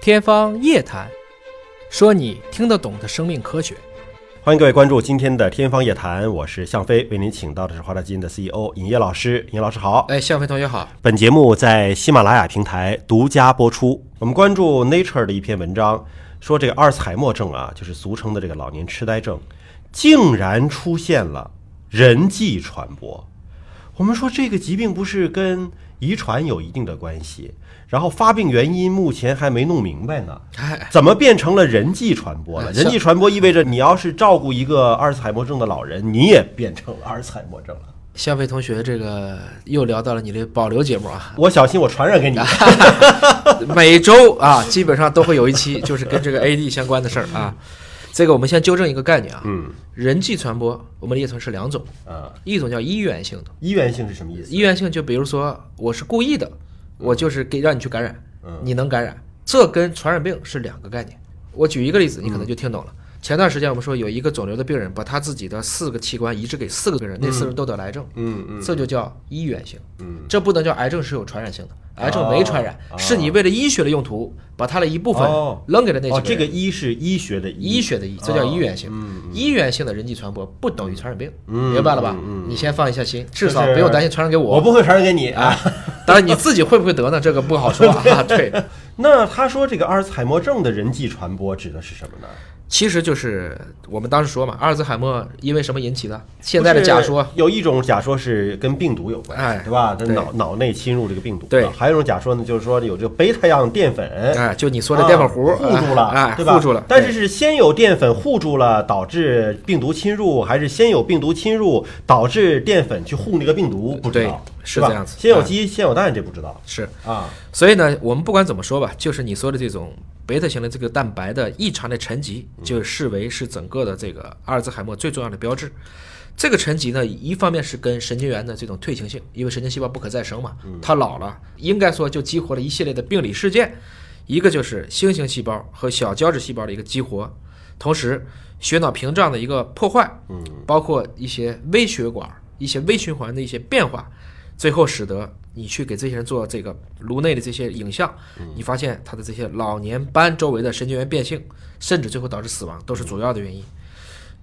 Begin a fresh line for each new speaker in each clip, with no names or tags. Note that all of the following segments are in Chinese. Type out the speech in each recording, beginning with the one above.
天方夜谭，说你听得懂的生命科学。
欢迎各位关注今天的《天方夜谭》，我是向飞，为您请到的是华大基因的 CEO 尹烨老师。尹烨老师好，
哎，向飞同学好。
本节目在喜马拉雅平台独家播出。我们关注 Nature 的一篇文章，说这个阿尔茨海默症啊，就是俗称的这个老年痴呆症，竟然出现了人际传播。我们说这个疾病不是跟遗传有一定的关系，然后发病原因目前还没弄明白呢。
哎，
怎么变成了人际传播了？
哎
人际传播意味着你要是照顾一个阿尔茨海默症的老人，你也变成了阿尔茨海默症了。
向飞同学，这个又聊到了你的保留节目 啊，
我小心我 传染给你。
每周啊基本上都会有一期，就是跟这个 AD 相关的事儿啊。这个我们先纠正一个概念啊，
嗯
人际传播我们理解成是两种，
啊，
一种叫医源性的，
医源性是什么意思？
医源性就比如说我是故意的，我就是给让你去感染，
嗯
你能感染，这跟传染病是两个概念。我举一个例子，你
嗯
可能就听懂了。前段时间我们说有一个肿瘤的病人，把他自己的四个器官移植给四个病人，那四个人都得了癌症，
嗯嗯
这就叫医源性。
嗯
这不能叫癌症是有传染性的，癌症没传染，
哦
是你为了医学的用途，把它的一部分
哦
扔给了那几
哦，
人。
这个哦嗯医是医学的
医
医，
学的医，这叫医源性。医源性的人际传播不等于传染病，
嗯
明白了吧？你先放一下心，至少
就是
不用担心传染给我。
我不会传染给你啊。
当然你自己会不会得呢？这个不好说啊。 对，
那他说这个阿尔茨海默症的人际传播指的是什么呢？
其实就是我们当时说嘛，阿尔兹海默因为什么引起的？现在的假说
不，是有一种假说是跟病毒有关系，
哎
对吧？它
对
脑脑内侵入这个病毒。
对
啊还有一种假说呢，就是说有这个贝塔样淀粉，
哎，就你说的电粉糊
啊护住了，
哎，
对吧？
护住了。
但是是先有淀粉护住了，导致病毒侵入，还是先有病毒侵入导致淀粉去护那个病毒？不知道
对，是
吧
这样子哎
先有鸡，先有蛋，这不知道
是，
啊。
所以呢，我们不管怎么说吧，就是你说的这种贝塔型的这个蛋白的异常的沉积，就视为是整个的这个阿尔兹海默最重要的标志。这个沉积呢，一方面是跟神经元的这种退行性，因为神经细胞不可再生嘛，
嗯
它老了，应该说就激活了一系列的病理事件。一个就是星形细胞和小胶质细胞的一个激活，同时血脑屏障的一个破坏，嗯，包括一些微血管、一些微循环的一些变化，最后使得你去给这些人做这个颅内的这些影像，你发现他的这些老年斑周围的神经元变性，甚至最后导致死亡，都是主要的原因。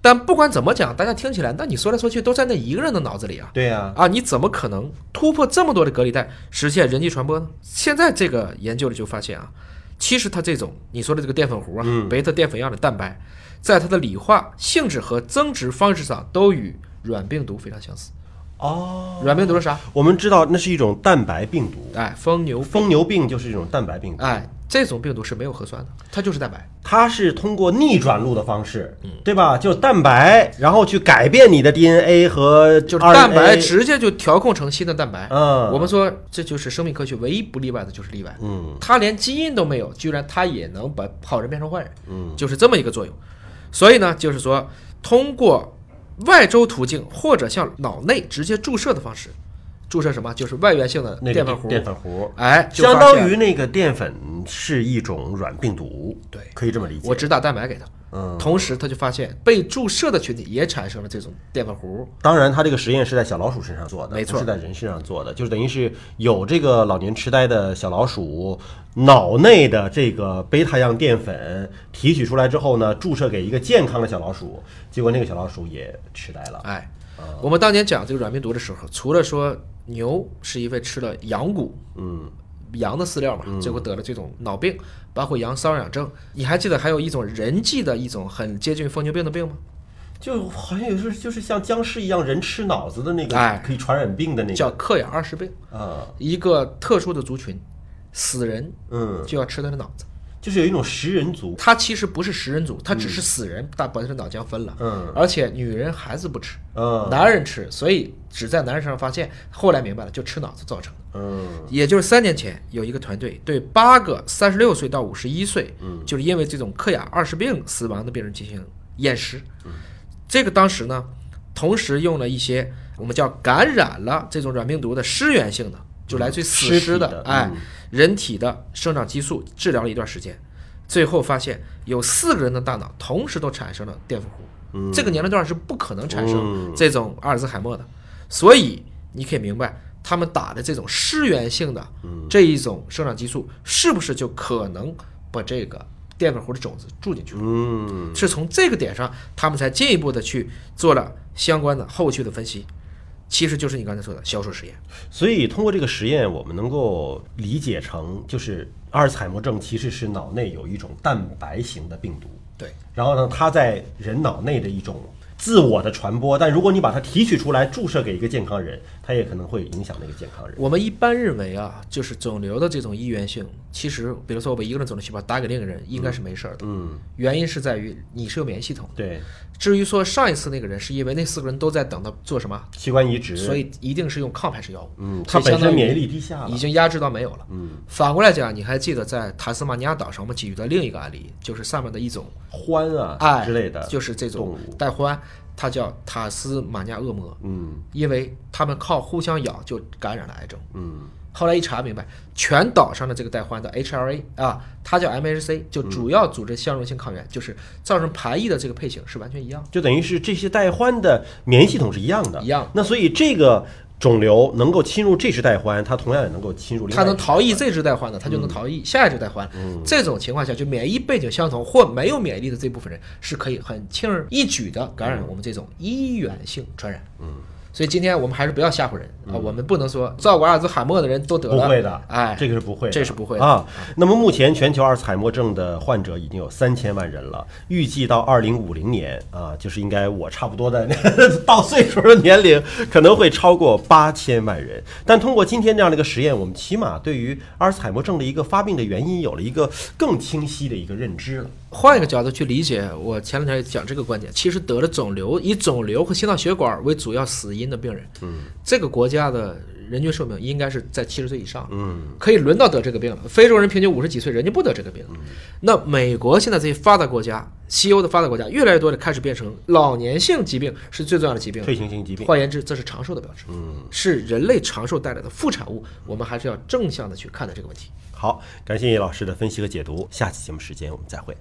但不管怎么讲，大家听起来，那你说来说去都在那一个人的脑子里啊。
对呀、
啊，你怎么可能突破这么多的隔离带，实现人际传播呢？现在这个研究里就发现啊，其实它这种你说的这个淀粉糊啊，贝塔淀粉样的蛋白，在它的理化性质和增殖方式上都与软病毒非常相似。
哦，
软病毒是啥？
我们知道那是一种蛋白病毒，
哎，疯牛，
疯牛病就是一种蛋白病毒，
哎，这种病毒是没有核酸的，它就是蛋白。
它是通过逆转录的方式，
嗯
对吧？就蛋白，然后去改变你的 DNA 和
就是
RNA
蛋白直接就调控成新的蛋白。
嗯
我们说这就是生命科学唯一不例外的就是例外。
嗯，
它连基因都没有，居然它也能把好人变成坏人。嗯，就是这么一个作用。所以呢，就是说通过外周途径或者向脑内直接注射的方式，注射什么？就是外源性的
那个
淀粉糊。
淀粉糊，
哎，就
相
发
当
现
于那个淀粉是一种软病毒，
对
可以这么理解
我。只打蛋白给他。
嗯，
同时他就发现被注射的群体也产生了这种淀粉糊。
当然，它这个实验是在小老鼠身上做的，
没错
不是在人身上做的，就是等于是有这个老年痴呆的小老鼠脑内的这个贝塔样淀粉提取出来之后呢，注射给一个健康的小老鼠，结果那个小老鼠也痴呆了。
哎，我们当年讲这个软病毒的时候，除了说牛是因为吃了羊骨，
嗯，
羊的饲料嘛，结果得了这种脑病，包括羊瘙痒症。你还记得还有一种人际的一种很接近疯牛病的病吗？
就好像有时候就是像僵尸一样，人吃脑子的那个，
哎
可以传染病的那个，
叫克雅二氏病，
啊，
一个特殊的族群，死人
嗯，
就要吃他的脑子。
就是有一种食人族，
他其实不是食人族，他只是死人，但把他的脑浆分了。
嗯，
而且女人孩子不吃，
嗯
男人吃，所以只在男人身上发现，后来明白了，就吃脑子造成的。
嗯，
也就是三年前，有一个团队对八个三十六岁到五十一岁，
嗯
就是因为这种克雅二氏病死亡的病人进行验尸。
嗯
这个当时呢，同时用了一些我们叫感染了这种软病毒的尸源性的，就来自于死尸
嗯尸体的嗯
哎，人体的生长激素治疗了一段时间，最后发现有四个人的大脑同时都产生了淀粉糊。
嗯
这个年龄段是不可能产生这种阿尔兹海默的，所以你可以明白，他
嗯
们打的这种尸源性的这一种生长激素，是不是就可能把把这个淀粉糊的种子注进去了，
嗯，
是从这个点上，他们才进一步的去做了相关的后续的分析，其实就是你刚才说的销售实验。
所以通过这个实验，我们能够理解成，就是阿尔茨海默症其实是脑内有一种蛋白型的病毒，
对，
然后呢，它在人脑内的一种自我的传播，但如果你把它提取出来注射给一个健康人，它也可能会影响那个健康人。
我们一般认为啊，就是肿瘤的这种医源性，其实比如说我把一个人肿瘤细胞打给另一个人，应该是没事儿的。
嗯，
原因是在于你是有免疫系统的。
对，
至于说上一次那个人，是因为那四个人都在等到做什么，
器官移植，
所以一定是用抗排斥药物。
嗯，它
所以
本
相
身
当于
免疫力低下了
已，经压制到没有了。
嗯，
反过来讲，你还记得在塔斯马尼亚岛上我们给予的另一个案例，就是上面的一种
獾啊
哎
之类的，
就是这
动
种
物
带獾，它叫塔斯马尼亚恶魔，
嗯
因为他们靠互相咬就感染了癌症。
嗯
后来一查明白，全岛上的这个带獾的 HRA 啊，它叫 MHC，就主要组织相容性抗原，就是造成排异的这个配型是完全一样的。
就等于是这些带獾的免疫系统是一样的，
一样。
那所以这个肿瘤能够侵入这只带獾，它同样也能够侵入另外
它
一只
能
带獾
逃逸这只带獾的，它就
嗯
能逃逸下一只带獾。这种情况下，就免疫背景相同或没有免疫力的这部分人，是可以很轻而易举的感
嗯
染我们这种医源性传染。嗯，所以今天我们还是不要吓唬人啊，我们不能说照顾阿尔兹海默的人都得了，
嗯不会的，
哎，
这个是不会的，
这是不会的
啊。那么目前全球阿尔茨海默症的患者已经有三千万人了，预计到二零五零年啊，就是应该我差不多的 到岁数的年龄，可能会超过八千万人。但通过今天这样的一个实验，我们起码对于阿尔茨海默症的一个发病的原因有了一个更清晰的一个认知了。
换一个角度去理解，我前两天也讲这个观点，其实得了肿瘤，以肿瘤和心脏血管为主要死因的病人，嗯，这个国家的人均寿命应该是在七十岁以上，
嗯，
可以轮到得这个病了。非洲人平均五十几岁，人家不得这个病。
嗯
那美国现在这些发达国家，西欧的发达国家，越来越多的开始变成老年性疾病是最重要的疾病。
退行性疾病。
换言之，这是长寿的标志，嗯，是人类长寿带来的副产物。我们还是要正向的去看待这个问题。
好，感谢叶老师的分析和解读，下期节目时间我们再会。